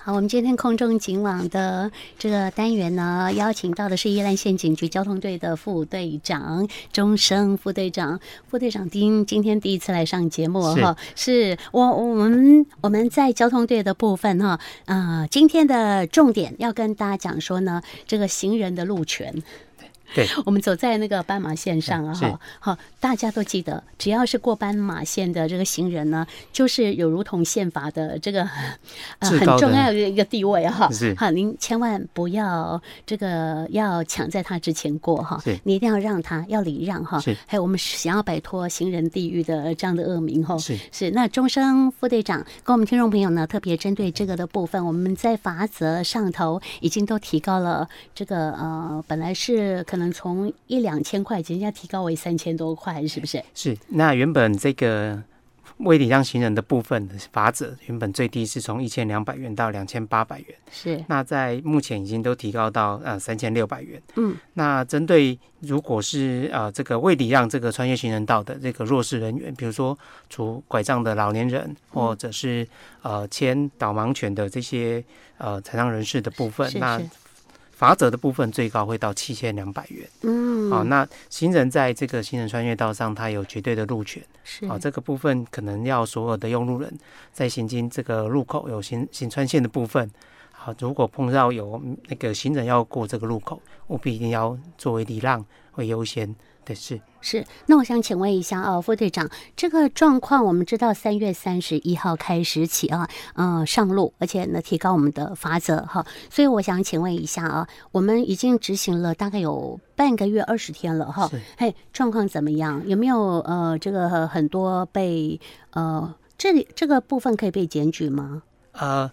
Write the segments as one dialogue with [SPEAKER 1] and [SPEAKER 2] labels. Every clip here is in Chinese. [SPEAKER 1] 好，我们今天空中警网的这个单元呢，邀请到的是宜兰县警局交通队的副队长钟生副队长。副队长丁今天第一次来上节目
[SPEAKER 2] 是
[SPEAKER 1] 哈，是我我们我们在交通队的部分哈，呃，今天的重点要跟大家讲说呢，这个行人的路权。
[SPEAKER 2] 对，
[SPEAKER 1] 我们走在那个斑马线上啊，
[SPEAKER 2] 是
[SPEAKER 1] 哈，好，大家都记得，只要是过斑马线的这个行人呢，就是有如同宪法的这个呃
[SPEAKER 2] 至
[SPEAKER 1] 很
[SPEAKER 2] 高的
[SPEAKER 1] 重要的一个地位啊哈
[SPEAKER 2] 是。
[SPEAKER 1] 好，您千万不要这个要抢在他之前过哈
[SPEAKER 2] 是，
[SPEAKER 1] 你一定要让他要礼让哈
[SPEAKER 2] 是。
[SPEAKER 1] 还有我们想要摆脱行人地狱的这样的恶名哈。
[SPEAKER 2] 是
[SPEAKER 1] 是，那钟生副队长跟我们听众朋友呢，特别针对这个的部分，我们在法则上头已经都提高了这个呃，本来是可能从一两千块钱，现在提高为三千多块，是不是？
[SPEAKER 2] 是。那原本这个未礼让行人的部分的罚则，原本最低是从一千两百元到两千八百元，
[SPEAKER 1] 是，
[SPEAKER 2] 那在目前已经都提高到呃三千六百元。
[SPEAKER 1] 嗯，
[SPEAKER 2] 那针对如果是呃这个未礼让这个穿越行人道的这个弱势人员，比如说拄拐杖的老年人，
[SPEAKER 1] 嗯
[SPEAKER 2] 或者是呃牵导盲犬的这些呃残障人士的部分
[SPEAKER 1] 是，
[SPEAKER 2] 那
[SPEAKER 1] 是
[SPEAKER 2] 罚则的部分最高会到七千两百元。
[SPEAKER 1] 嗯，
[SPEAKER 2] 好、那行人在这个行人穿越道上，他有绝对的路权。
[SPEAKER 1] 是，
[SPEAKER 2] 好、这个部分可能要所有的用路人在行经这个路口有行行穿线的部分。好、如果碰到有嗯那个行人要过这个路口，务必一定要作为礼让为优先的事。
[SPEAKER 1] 是，那我想请问一下哦，副队长，这个状况我们知道三月三十一号开始起啊，呃，上路，而且呢提高我们的罚则哈，所以我想请问一下啊，我们已经执行了大概有半个月二十天了哈
[SPEAKER 2] 是，
[SPEAKER 1] 嘿，状况怎么样？有没有呃这个很多被呃这里这个部分可以被检举吗？
[SPEAKER 2] 呃，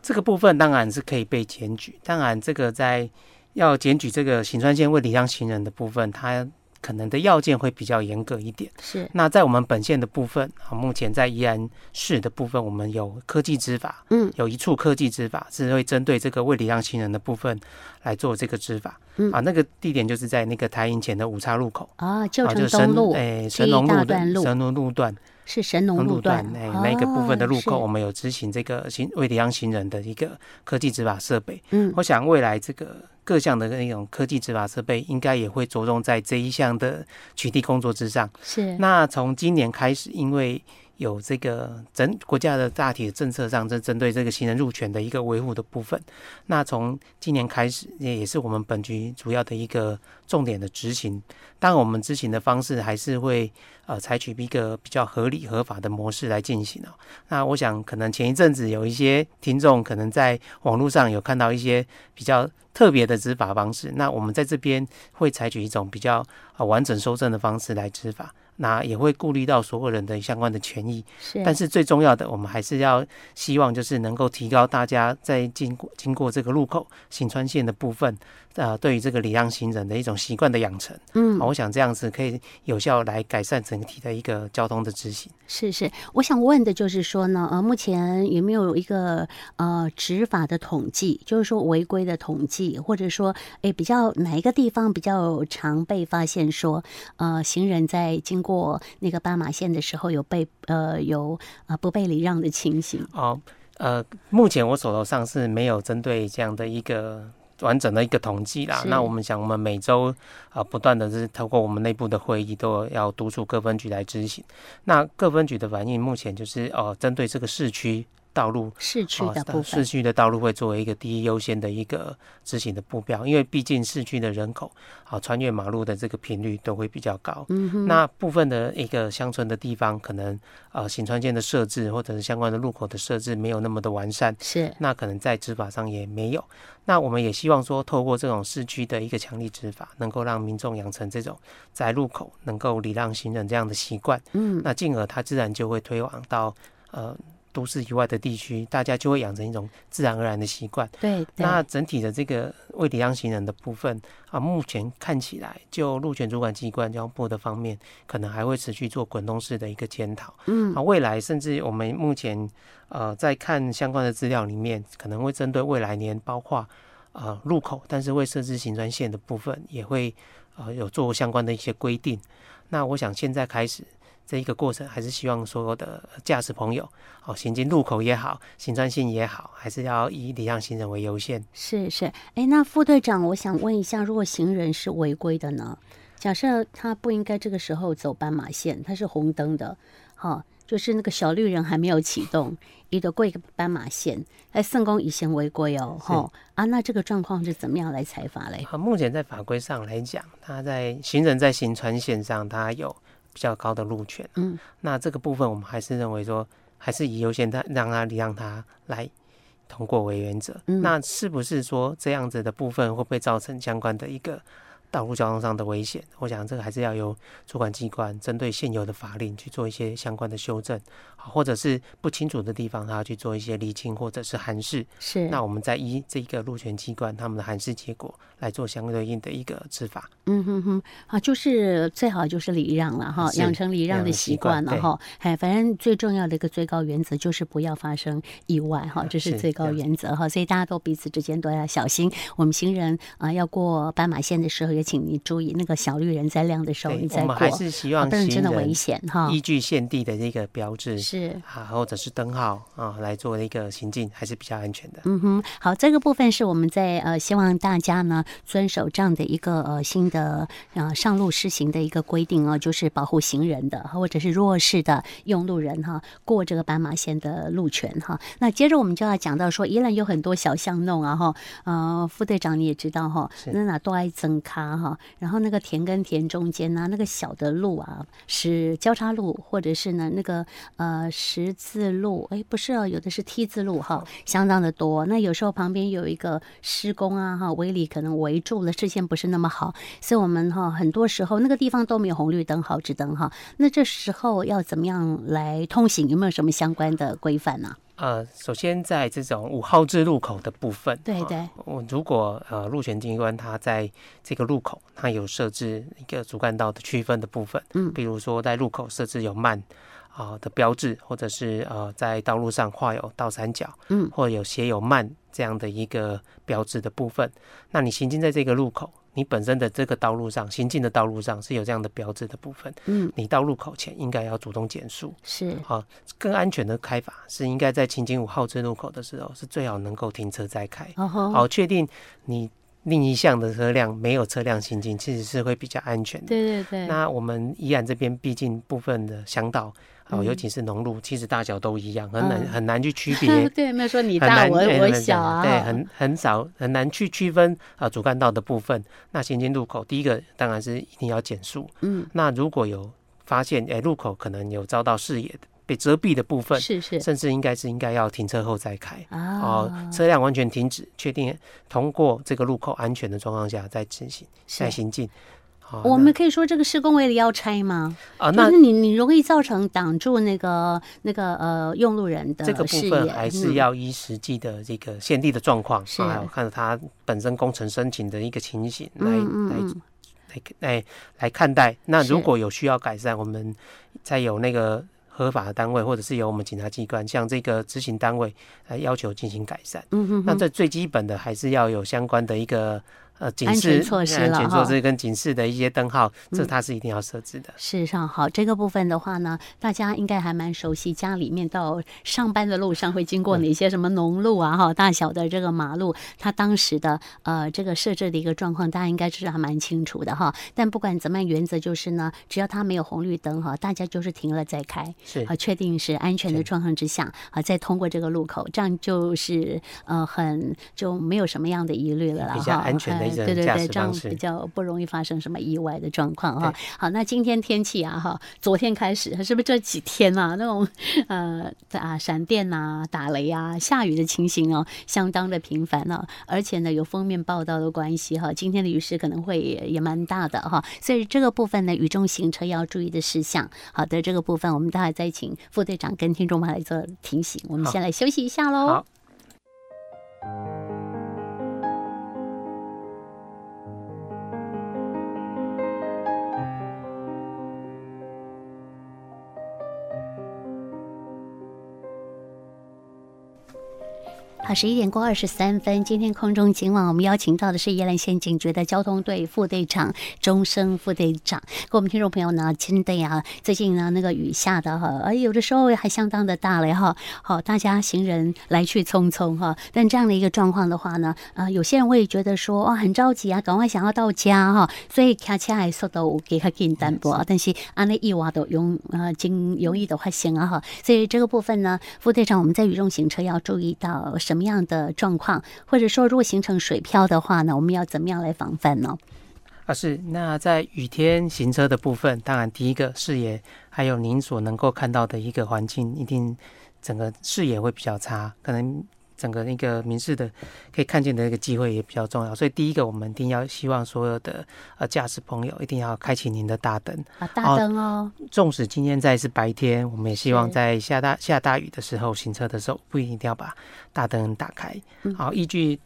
[SPEAKER 2] 这个部分当然是可以被检举，当然这个在要检举这个行穿线未礼让行人的部分，它可能的要件会比较严格一点。
[SPEAKER 1] 是，
[SPEAKER 2] 那在我们本县的部分啊，目前在宜兰市的部分，我们有科技执法，
[SPEAKER 1] 嗯，
[SPEAKER 2] 有一处科技执法是会针对这个未礼让行人的部分来做这个执法，
[SPEAKER 1] 嗯
[SPEAKER 2] 啊，那个地点就是在那个台营前的五岔路口，
[SPEAKER 1] 啊，旧
[SPEAKER 2] 啊，
[SPEAKER 1] 城
[SPEAKER 2] 就是
[SPEAKER 1] 东
[SPEAKER 2] 神
[SPEAKER 1] 路、
[SPEAKER 2] 哎
[SPEAKER 1] 第
[SPEAKER 2] 神
[SPEAKER 1] 一
[SPEAKER 2] 农
[SPEAKER 1] 大
[SPEAKER 2] 路
[SPEAKER 1] 段
[SPEAKER 2] 的
[SPEAKER 1] 路
[SPEAKER 2] 神农路段，
[SPEAKER 1] 是神农路段，
[SPEAKER 2] 哎，那个部分的路
[SPEAKER 1] 哦
[SPEAKER 2] 口，我
[SPEAKER 1] 是
[SPEAKER 2] 们有执行这个行未礼让行人的一个科技执法设备。
[SPEAKER 1] 嗯，
[SPEAKER 2] 我想未来这个各项的那种科技执法设备，应该也会着重在这一项的取缔工作之上。
[SPEAKER 1] 是
[SPEAKER 2] 那从今年开始，因为有这个整国家的大体的政策上，针针对这个行人入权的一个维护的部分，那从今年开始，也也是我们本局主要的一个重点的执行。当然，我们执行的方式还是会呃采取一个比较合理合法的模式来进行哦。那我想，可能前一阵子有一些听众可能在网络上有看到一些比较特别的执法方式，那我们在这边会采取一种比较呃完整收证的方式来执法。那也会顾虑到所有人的相关的权益，
[SPEAKER 1] 是，
[SPEAKER 2] 但是最重要的，我们还是要希望就是能够提高大家在经过经过这个路口行穿线的部分，啊、对于这个礼让行人的一种习惯的养成。
[SPEAKER 1] 嗯
[SPEAKER 2] 好，我想这样子可以有效来改善整体的一个交通的执行。
[SPEAKER 1] 是是，我想问的就是说呢，呃，目前有没有一个呃执法的统计，就是说违规的统计，或者说，诶，比较哪一个地方比较常被发现说，呃，行人在经过那个斑马线的时候有被呃有呃不被礼让的情形？
[SPEAKER 2] 哦，呃，目前我手头上是没有针对这样的一个完整的一个统计啦。
[SPEAKER 1] 是
[SPEAKER 2] 那我们想，我们每周啊、呃不断的是透过我们内部的会议，都要督促各分局来执行。那各分局的反应，目前就是哦，呃针对这个市区道路
[SPEAKER 1] 市区
[SPEAKER 2] 哦
[SPEAKER 1] 的
[SPEAKER 2] 是
[SPEAKER 1] 部
[SPEAKER 2] 市
[SPEAKER 1] 分、
[SPEAKER 2] 区的道路会作为一个第一优先的一个执行的目标，因为毕竟市区的人口啊、穿越马路的这个频率都会比较高。
[SPEAKER 1] 嗯哼，
[SPEAKER 2] 那部分的一个乡村的地方，可能呃行穿线的设置或者是相关的路口的设置没有那么的完善，
[SPEAKER 1] 是
[SPEAKER 2] 那可能在执法上也没有。那我们也希望说，透过这种市区的一个强力执法，能够让民众养成这种在路口能够礼让行人这样的习惯。
[SPEAKER 1] 嗯
[SPEAKER 2] 那进而它自然就会推广到呃都市以外的地区，大家就会养成一种自然而然的习惯。
[SPEAKER 1] 对对
[SPEAKER 2] 那整体的这个未礼让行人的部分啊，目前看起来，就路权主管机关交通部的方面，可能还会持续做滚动式的一个检讨。
[SPEAKER 1] 嗯
[SPEAKER 2] 啊，未来甚至我们目前呃在看相关的资料里面，可能会针对未来年包括呃路口，但是会设置行专线的部分，也会呃有做相关的一些规定。那我想现在开始。这一个过程，还是希望所有的驾驶朋友，哦，行经路口也好，行专性也好，还是要以礼让行人为优先。
[SPEAKER 1] 是是，哎，那副队长，我想问一下，如果行人是违规的呢？假设他不应该这个时候走斑马线，他是红灯的，哈、就是那个小绿人还没有启动，伊的过一个斑马线，哎，圣公以前违规哦，
[SPEAKER 2] 是
[SPEAKER 1] 哈、啊，那这个状况是怎么样来裁罚嘞？
[SPEAKER 2] 啊，目前在法规上来讲，它在行人在行船线上，它有比较高的路权。啊
[SPEAKER 1] 嗯，
[SPEAKER 2] 那这个部分我们还是认为说，还是以优先它让它让它来通过为原则。
[SPEAKER 1] 嗯
[SPEAKER 2] 那是不是说这样子的部分会不会造成相关的一个道路交通上的危险？我想这个还是要由主管机关针对现有的法令去做一些相关的修正，好或者是不清楚的地方，它要去做一些厘清或者是函释。
[SPEAKER 1] 是，
[SPEAKER 2] 那我们再依这个路权机关他们的函释结果来做相对应的一个执法。
[SPEAKER 1] 嗯哼哼，啊，就是最好就是礼让了哈，
[SPEAKER 2] 是
[SPEAKER 1] 养成礼让
[SPEAKER 2] 养
[SPEAKER 1] 的
[SPEAKER 2] 成
[SPEAKER 1] 习
[SPEAKER 2] 习惯
[SPEAKER 1] 惯了
[SPEAKER 2] 对
[SPEAKER 1] 哈。哎，反正最重要的一个最高原则就是不要发生意外哈，这是
[SPEAKER 2] 是
[SPEAKER 1] 最
[SPEAKER 2] 这
[SPEAKER 1] 高
[SPEAKER 2] 样
[SPEAKER 1] 原则哈。所以大家都彼此之间都要小心。我们行人啊、要过斑马线的时候，也请你注意那个小绿人在亮的时候，
[SPEAKER 2] 对
[SPEAKER 1] 你，
[SPEAKER 2] 我
[SPEAKER 1] 再过，
[SPEAKER 2] 们还是希
[SPEAKER 1] 啊
[SPEAKER 2] 望
[SPEAKER 1] 不然
[SPEAKER 2] 行
[SPEAKER 1] 真的危
[SPEAKER 2] 人
[SPEAKER 1] 险哈。
[SPEAKER 2] 依据现地的这个标志
[SPEAKER 1] 是。
[SPEAKER 2] 啊，或者是灯号啊来做一个行进，还是比较安全的。
[SPEAKER 1] 嗯哼，好，这个部分是我们在呃，希望大家呢遵守这样的一个呃新的呃上路施行的一个规定哦，就是保护行人的或者是弱势的用路人哈过这个斑马线的路权哈。那接着我们就要讲到说，宜兰有很多小巷弄啊哈，呃，副队长你也知道哈，
[SPEAKER 2] 是
[SPEAKER 1] 那哪都爱增咖哈，然后那个田跟田中间呐、那个小的路啊，是交叉路或者是呢那个呃十字路，哎，不是哦，有的是 T 字路哈，相当的多。那有时候旁边有一个施工啊哈，围里可能围住了，视线不是那么好，所以我们哈很多时候那个地方都没有红绿灯、好指灯哈。那这时候要怎么样来通行？有没有什么相关的规范呢、
[SPEAKER 2] 呃，首先在这种五号至路口的部分，
[SPEAKER 1] 对
[SPEAKER 2] 啊
[SPEAKER 1] 对
[SPEAKER 2] 我如果呃路权机关它在这个路口，它有设置一个主干道的区分的部分，
[SPEAKER 1] 嗯
[SPEAKER 2] 比如说在路口设置有慢啊、的标志，或者是呃在道路上画有倒三角，
[SPEAKER 1] 嗯
[SPEAKER 2] 或者有写有慢这样的一个标志的部分，那你行进在这个路口。你本身的这个道路上，行进的道路上是有这样的标志的部分。
[SPEAKER 1] 嗯，
[SPEAKER 2] 你到路口前应该要主动减速，
[SPEAKER 1] 是
[SPEAKER 2] 好、更安全的开法是应该在情景五号至路口的时候，是最好能够停车再开，
[SPEAKER 1] 哦吼
[SPEAKER 2] 好、确定你另一项的车辆没有车辆行进，其实是会比较安全的。
[SPEAKER 1] 对对对，
[SPEAKER 2] 那我们宜兰这边，毕竟部分的乡道哦，
[SPEAKER 1] 嗯
[SPEAKER 2] 尤其是农路，其实大小都一样，很难、
[SPEAKER 1] 嗯
[SPEAKER 2] 很难去区别，
[SPEAKER 1] 对，没有说你
[SPEAKER 2] 很
[SPEAKER 1] 大
[SPEAKER 2] 难
[SPEAKER 1] 我
[SPEAKER 2] 哎
[SPEAKER 1] 我
[SPEAKER 2] 很难
[SPEAKER 1] 小啊，
[SPEAKER 2] 对，
[SPEAKER 1] 哈
[SPEAKER 2] 很很少很难去区分啊、呃主干道的部分。那行进路口，第一个当然是一定要减速。
[SPEAKER 1] 嗯，
[SPEAKER 2] 那如果有发现，哎、路口可能有遭到视野被遮蔽的部分，
[SPEAKER 1] 是是
[SPEAKER 2] 甚至应该是应该要停车后再开。
[SPEAKER 1] 啊，
[SPEAKER 2] 哦，车辆完全停止，确定通过这个路口安全的状况下再进行，再
[SPEAKER 1] 是。
[SPEAKER 2] 行进。好
[SPEAKER 1] 我们可以说这个施工围里要拆吗？
[SPEAKER 2] 那啊，
[SPEAKER 1] 就
[SPEAKER 2] 那
[SPEAKER 1] 是你你容易造成挡住那个那个呃用路人的
[SPEAKER 2] 这个部
[SPEAKER 1] 视
[SPEAKER 2] 分
[SPEAKER 1] 野嗯
[SPEAKER 2] 还是、要依实际的这个现地的状况，
[SPEAKER 1] 是
[SPEAKER 2] 还有看它本身工程申请的一个情形来
[SPEAKER 1] 嗯嗯
[SPEAKER 2] 来
[SPEAKER 1] 嗯
[SPEAKER 2] 来来来看待。那
[SPEAKER 1] 是
[SPEAKER 2] 如果有需要改善，我们再有那个合法的单位，或者是由我们警察机关，像这个执行单位来要求进行改善。
[SPEAKER 1] 嗯嗯
[SPEAKER 2] 那
[SPEAKER 1] 嗯，
[SPEAKER 2] 这最基本的还是要有相关的一个呃警
[SPEAKER 1] 安全
[SPEAKER 2] 示
[SPEAKER 1] 措施
[SPEAKER 2] 安
[SPEAKER 1] 了
[SPEAKER 2] 全
[SPEAKER 1] 哈嗯
[SPEAKER 2] 措施跟警示的一些灯号，这它是一定要设置的。
[SPEAKER 1] 事实上好，这个部分的话呢，大家应该还蛮熟悉，家里面到上班的路上会经过哪些什么农路啊哈，大小的这个马路，它当时的呃这个设置的一个状况，大家应该是还蛮清楚的哈。但不管怎么样，原则就是呢，只要它没有红绿灯哈，大家就是停了再开。
[SPEAKER 2] 是
[SPEAKER 1] 啊，确定是安全的
[SPEAKER 2] 对
[SPEAKER 1] 状况之下啊，再通过这个路口，这样就是呃很就没有什么样的疑虑了啦
[SPEAKER 2] 嗯比较
[SPEAKER 1] 哈
[SPEAKER 2] 安全的一
[SPEAKER 1] 呃
[SPEAKER 2] 种
[SPEAKER 1] 对对
[SPEAKER 2] 驾
[SPEAKER 1] 对，
[SPEAKER 2] 驶
[SPEAKER 1] 这样
[SPEAKER 2] 方式
[SPEAKER 1] 比较不容易发生什么意外的状况哈
[SPEAKER 2] 对。
[SPEAKER 1] 好，那今天天气啊哈，昨天开始是不是这几天啊那种呃啊闪电呐、打雷啊、下雨的情形哦，相当的频繁了、而且呢，有封面报道的关系哈，今天的雨势可能会也蛮大的哈，所以这个部分呢，雨中行车要注意的事项。好的，这个部分我们待会再请副队长跟听众朋友来做提醒。我们
[SPEAKER 2] 好
[SPEAKER 1] 先来休息一下喽
[SPEAKER 2] 好。
[SPEAKER 1] 好，十一点过二十三分，今天空中今晚我们邀请到的是宜兰县警局的交通队副队长钟生副队长，跟我们听众朋友呢，真的呀，最近呢那个雨下的哈，而有的时候还相当的大了哈。好，大家行人来去匆匆哈，但这样的一个状况的话呢，呃，有些人会觉得说哦很着急啊，赶快想要到家哈，所以开车的速度给较紧淡薄，但是安尼意外都容呃经容易的发生啊哈，所以这个部分呢，副队长我们在雨中行车要注意到什么样的状况，或者说如果形成水漂的话呢，我们要怎么样来防范呢？
[SPEAKER 2] 啊，是。那在雨天行车的部分，当然第一个视野，还有您所能够看到的一个环境，一定整个视野会比较差，可能整个那个民事的可以看见的那个机会也比较重要。所以第一个，我们一定要希望所有的呃驾驶朋友一定要开启您的大灯。
[SPEAKER 1] 啊，大灯哦，
[SPEAKER 2] 纵使今天在是白天，我们也希望
[SPEAKER 1] 是
[SPEAKER 2] 在下大下大雨的时候行车的时候，不一定一定要把大灯打开。
[SPEAKER 1] 嗯
[SPEAKER 2] 好，依据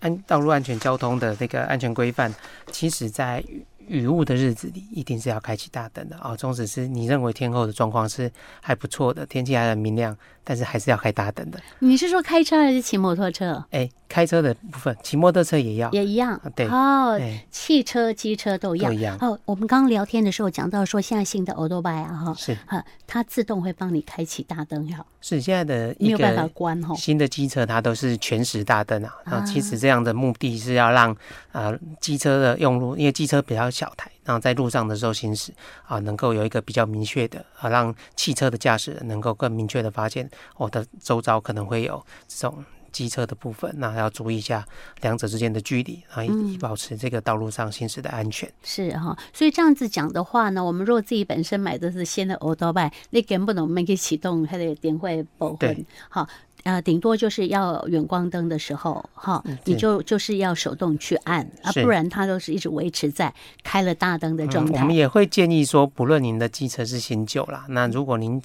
[SPEAKER 2] 安道路安全交通的这个安全规范，其实在雨雨雾的日子里，一定是要开启大灯的啊。纵使是你认为天候的状况是还不错的，天气还很明亮，但是还是要开大灯的。
[SPEAKER 1] 你是说开车还是骑摩托车？
[SPEAKER 2] 哎，开车的部分，骑摩托车也要，
[SPEAKER 1] 也一样
[SPEAKER 2] 啊，对
[SPEAKER 1] 哦，
[SPEAKER 2] 哎，
[SPEAKER 1] 汽车、机车都一
[SPEAKER 2] 都
[SPEAKER 1] 样。
[SPEAKER 2] 一样，
[SPEAKER 1] 哦，我们刚刚聊天的时候讲到说，现在新的 o l d b i 啊，哈，
[SPEAKER 2] 是
[SPEAKER 1] 哈，它自动会帮你开启大灯哈，
[SPEAKER 2] 是现在的
[SPEAKER 1] 没
[SPEAKER 2] 一
[SPEAKER 1] 有办法
[SPEAKER 2] 个
[SPEAKER 1] 关哦哈。
[SPEAKER 2] 新的机车它都是全时大灯啊，
[SPEAKER 1] 啊
[SPEAKER 2] 那其实这样的目的是要让啊机车的用路，因为机车比较小台，然后在路上的时候行驶啊，能够有一个比较明确的啊，让汽车的驾驶人能够更明确的发现我的周遭可能会有这种。机车的部分，那要注意一下两者之间的距离，啊，以以保持这个道路上行驶的安全。
[SPEAKER 1] 是哈、所以这样子讲的话呢，我们如果自己本身买的是新的 o l d b i 那根本我们可以启动它的点会保
[SPEAKER 2] 对
[SPEAKER 1] 魂，好。呃，顶多就是要远光灯的时候，哈，你
[SPEAKER 2] 对
[SPEAKER 1] 就就是要手动去按啊，
[SPEAKER 2] 嗯是
[SPEAKER 1] 不然它都是一直维持在开了大灯的状
[SPEAKER 2] 嗯。我
[SPEAKER 1] 态。
[SPEAKER 2] 们也会建议说，不论您的机车是新旧啦，那
[SPEAKER 1] 嗯
[SPEAKER 2] 如果您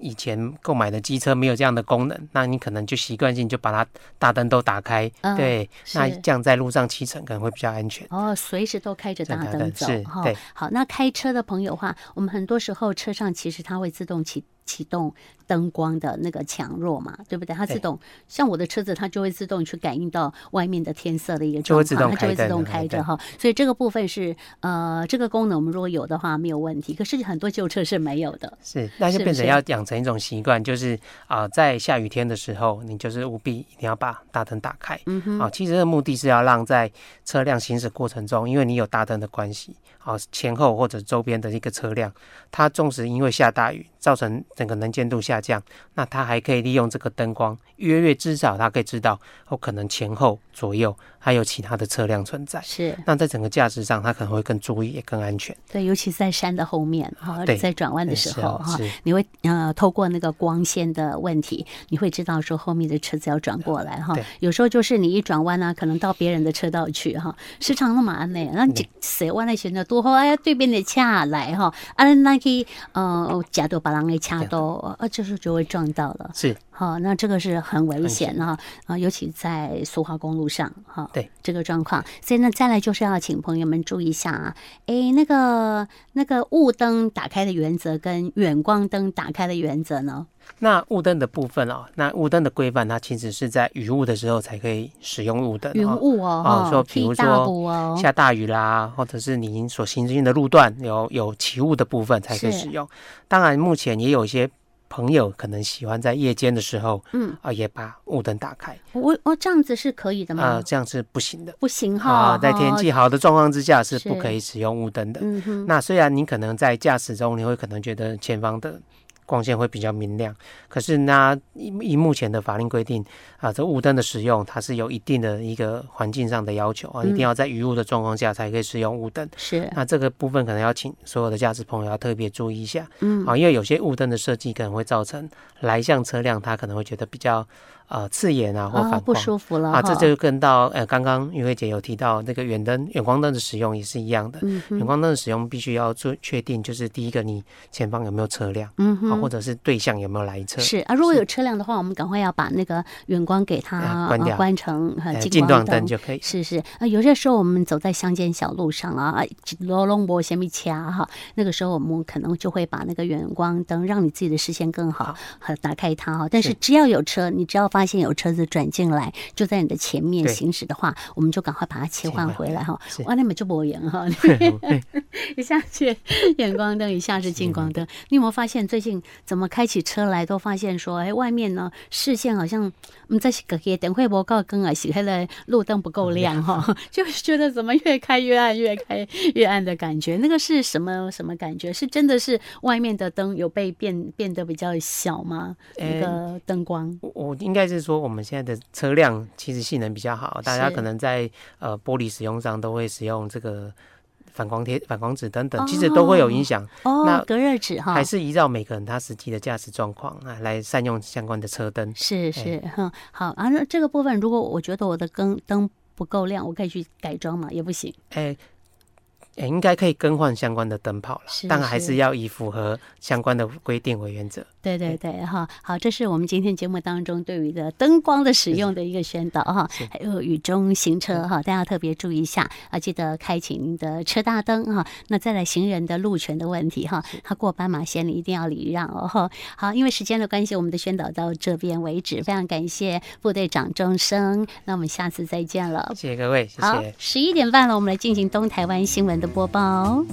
[SPEAKER 2] 以前购买的机车没有这样的功能，那你可能就习惯性就把它大灯都打开，
[SPEAKER 1] 嗯
[SPEAKER 2] 对，那
[SPEAKER 1] 是
[SPEAKER 2] 这样在路上骑乘可能会比较安全。
[SPEAKER 1] 哦，随时都开着
[SPEAKER 2] 这
[SPEAKER 1] 大
[SPEAKER 2] 样大
[SPEAKER 1] 灯
[SPEAKER 2] 灯
[SPEAKER 1] 走
[SPEAKER 2] 是
[SPEAKER 1] 哈、
[SPEAKER 2] 对
[SPEAKER 1] 好，那开车的朋友的话，我们很多时候车上其实它会自动启启动灯光的那个强弱嘛，对不对？它自
[SPEAKER 2] 对
[SPEAKER 1] 动，像我的车子它就会自动去感应到外面的天色的一个
[SPEAKER 2] 就
[SPEAKER 1] 状
[SPEAKER 2] 会
[SPEAKER 1] 况，
[SPEAKER 2] 自动
[SPEAKER 1] 它就会
[SPEAKER 2] 开
[SPEAKER 1] 自
[SPEAKER 2] 灯
[SPEAKER 1] 动
[SPEAKER 2] 了
[SPEAKER 1] 开着
[SPEAKER 2] 对
[SPEAKER 1] 哈。所以这个部分是呃，这个功能我们如果有的话没有问题，可是很多旧车是没有的。
[SPEAKER 2] 是，那就是变
[SPEAKER 1] 不
[SPEAKER 2] 成
[SPEAKER 1] 是
[SPEAKER 2] 要养成一种习惯，就是啊、在下雨天的时候，你就是务必一定要把大灯打开。
[SPEAKER 1] 嗯哼，
[SPEAKER 2] 啊，其实的目的是要让在车辆行驶过程中，因为你有大灯的关系，啊，前后或者周边的一个车辆，它纵使因为下大雨造成整个能见度下降，那它还可以利用这个灯光，约略至少它可以知道哦，可能前后左右还有其他的车辆存在。
[SPEAKER 1] 是
[SPEAKER 2] 那在整个驾驶上，它可能会更注意，也更安全。
[SPEAKER 1] 对，尤其是在山的后面哈，
[SPEAKER 2] 对
[SPEAKER 1] 在转弯的
[SPEAKER 2] 嗯
[SPEAKER 1] 时
[SPEAKER 2] 是
[SPEAKER 1] 候
[SPEAKER 2] 啊
[SPEAKER 1] 哈、
[SPEAKER 2] 是
[SPEAKER 1] 你会呃透过那个光线的问题，你会知道说后面的车子要转过来哈
[SPEAKER 2] 对。
[SPEAKER 1] 有时候就是你一转弯呢、可能到别人的车道去哈，时常那么安内，那这谁弯的选择多好，哎呀对面的恰来哈，啊那去呃夹到把人的恰到，啊就是就会撞到了。
[SPEAKER 2] 是
[SPEAKER 1] 好、那这个是很危
[SPEAKER 2] 危
[SPEAKER 1] 险
[SPEAKER 2] 险
[SPEAKER 1] 哈啊、尤其在苏花公路上哈、
[SPEAKER 2] 对
[SPEAKER 1] 这个状况，所以呢，再来就是要请朋友们注意一下啊，诶，那个那个雾灯打开的原则跟远光灯打开的原则呢？
[SPEAKER 2] 那雾灯的部分啊、那雾灯的规范，它其实是在雨雾的时候才可以使用雾灯、
[SPEAKER 1] 云
[SPEAKER 2] 哦。
[SPEAKER 1] 雾哦，
[SPEAKER 2] 哦
[SPEAKER 1] 哈
[SPEAKER 2] 说比如
[SPEAKER 1] 地大
[SPEAKER 2] 说
[SPEAKER 1] 补哦，
[SPEAKER 2] 下大雨啦，或者是您所行进的路段有有起雾的部分才可以
[SPEAKER 1] 是
[SPEAKER 2] 使用。当然，目前也有一些朋友可能喜欢在夜间的时候，
[SPEAKER 1] 嗯
[SPEAKER 2] 啊、也把雾灯打开，
[SPEAKER 1] 我我这样子是可以的吗？
[SPEAKER 2] 啊、这样是不行的
[SPEAKER 1] 不行哈、
[SPEAKER 2] 啊、在天
[SPEAKER 1] 哈，
[SPEAKER 2] 气好的状况之下是不
[SPEAKER 1] 是
[SPEAKER 2] 可以使用雾灯的。
[SPEAKER 1] 嗯哼，
[SPEAKER 2] 那虽然你可能在驾驶中，你会可能觉得前方的光线会比较明亮，可是那以以目前的法令规定啊，这雾灯的使用它是有一定的一个环境上的要求啊，一
[SPEAKER 1] 嗯
[SPEAKER 2] 定要在雨雾的状况下才可以使用雾灯。
[SPEAKER 1] 是
[SPEAKER 2] 那这个部分可能要请所有的驾驶朋友要特别注意一下，
[SPEAKER 1] 嗯
[SPEAKER 2] 啊，因为有些雾灯的设计可能会造成来向车辆它可能会觉得比较呃刺眼啊或
[SPEAKER 1] 啊、
[SPEAKER 2] 反
[SPEAKER 1] 不
[SPEAKER 2] 光。
[SPEAKER 1] 舒服了
[SPEAKER 2] 啊，这
[SPEAKER 1] 哈
[SPEAKER 2] 就跟到呃，刚刚于慧姐有提到那个远灯、远光灯的使用也是一样的。
[SPEAKER 1] 嗯
[SPEAKER 2] 远
[SPEAKER 1] 哼
[SPEAKER 2] 光灯的使用必须要做确定，就是第一个，你前方有没有车辆、
[SPEAKER 1] 嗯
[SPEAKER 2] 啊，
[SPEAKER 1] 哼
[SPEAKER 2] 或。者是对象有没有来车，
[SPEAKER 1] 是啊，如果有车辆的话，我们赶快要把那个远光给它、
[SPEAKER 2] 啊
[SPEAKER 1] 呃
[SPEAKER 2] 关掉
[SPEAKER 1] 关成呃
[SPEAKER 2] 呃
[SPEAKER 1] 近光
[SPEAKER 2] 光灯就可以。
[SPEAKER 1] 是是，啊，有些时候我们走在乡间小路上啊，啊罗龙博前面掐哈，那个时候我们可能就会把那个远光灯，让你自己的视线更好
[SPEAKER 2] 好，
[SPEAKER 1] 呃打开它哈。但是
[SPEAKER 2] 是
[SPEAKER 1] 只要有车，你只要发现有车子转进来，就在你的前面
[SPEAKER 2] 对
[SPEAKER 1] 行驶的话，我们就赶快把它切换回来哈
[SPEAKER 2] 是。
[SPEAKER 1] 哇，那么就不会演哈，
[SPEAKER 2] 嗯
[SPEAKER 1] 一下是远光灯，一下是近光灯。你有没有发现最近怎么开起车来都发现说，哎，外面呢视线好像嗯在隔夜等会不够更啊，洗开的路灯不够 亮哈、 就是觉得怎么越开越暗，越开越暗的感觉。那个是什么什么感觉？是真的是外面的灯有被变变得比较小吗？
[SPEAKER 2] 呃
[SPEAKER 1] 那个灯光
[SPEAKER 2] 我我应该是说，我们现在的车辆其实性能比较好，大家
[SPEAKER 1] 是
[SPEAKER 2] 可能在呃玻璃使用上都会使用这个反光贴、反光纸等等，其实
[SPEAKER 1] 哦
[SPEAKER 2] 都会有影响。
[SPEAKER 1] 哦
[SPEAKER 2] 那，
[SPEAKER 1] 隔热纸哈
[SPEAKER 2] 还。是依照每个人他实际的驾驶状况啊，来善用相关的车灯。
[SPEAKER 1] 是是，
[SPEAKER 2] 哎
[SPEAKER 1] 哼，好啊。那这个部分，如果我觉得我的灯灯不够亮，我可以去改装嘛，也不行。
[SPEAKER 2] 哎、哎应该可以更换相关的灯泡了
[SPEAKER 1] 是，
[SPEAKER 2] 但还
[SPEAKER 1] 是
[SPEAKER 2] 是要以符合相关的规定为原则。
[SPEAKER 1] 对对对，哈，好，这是我们今天节目当中对于的灯光的使用的一个宣导哈，还有雨中行车哈，大家要特别注意一下啊，记得开启您的车大灯哈。那再来行人的路权的问题哈，他过斑马线你一定要礼让哦哈。好，因为时间的关系，我们的宣导到这边为止，非常感谢副队长钟生，那我们下次再见了。
[SPEAKER 2] 谢谢各位，谢
[SPEAKER 1] 好
[SPEAKER 2] 谢。，
[SPEAKER 1] 十一点半了，我们来进行东台湾新闻的播报。哦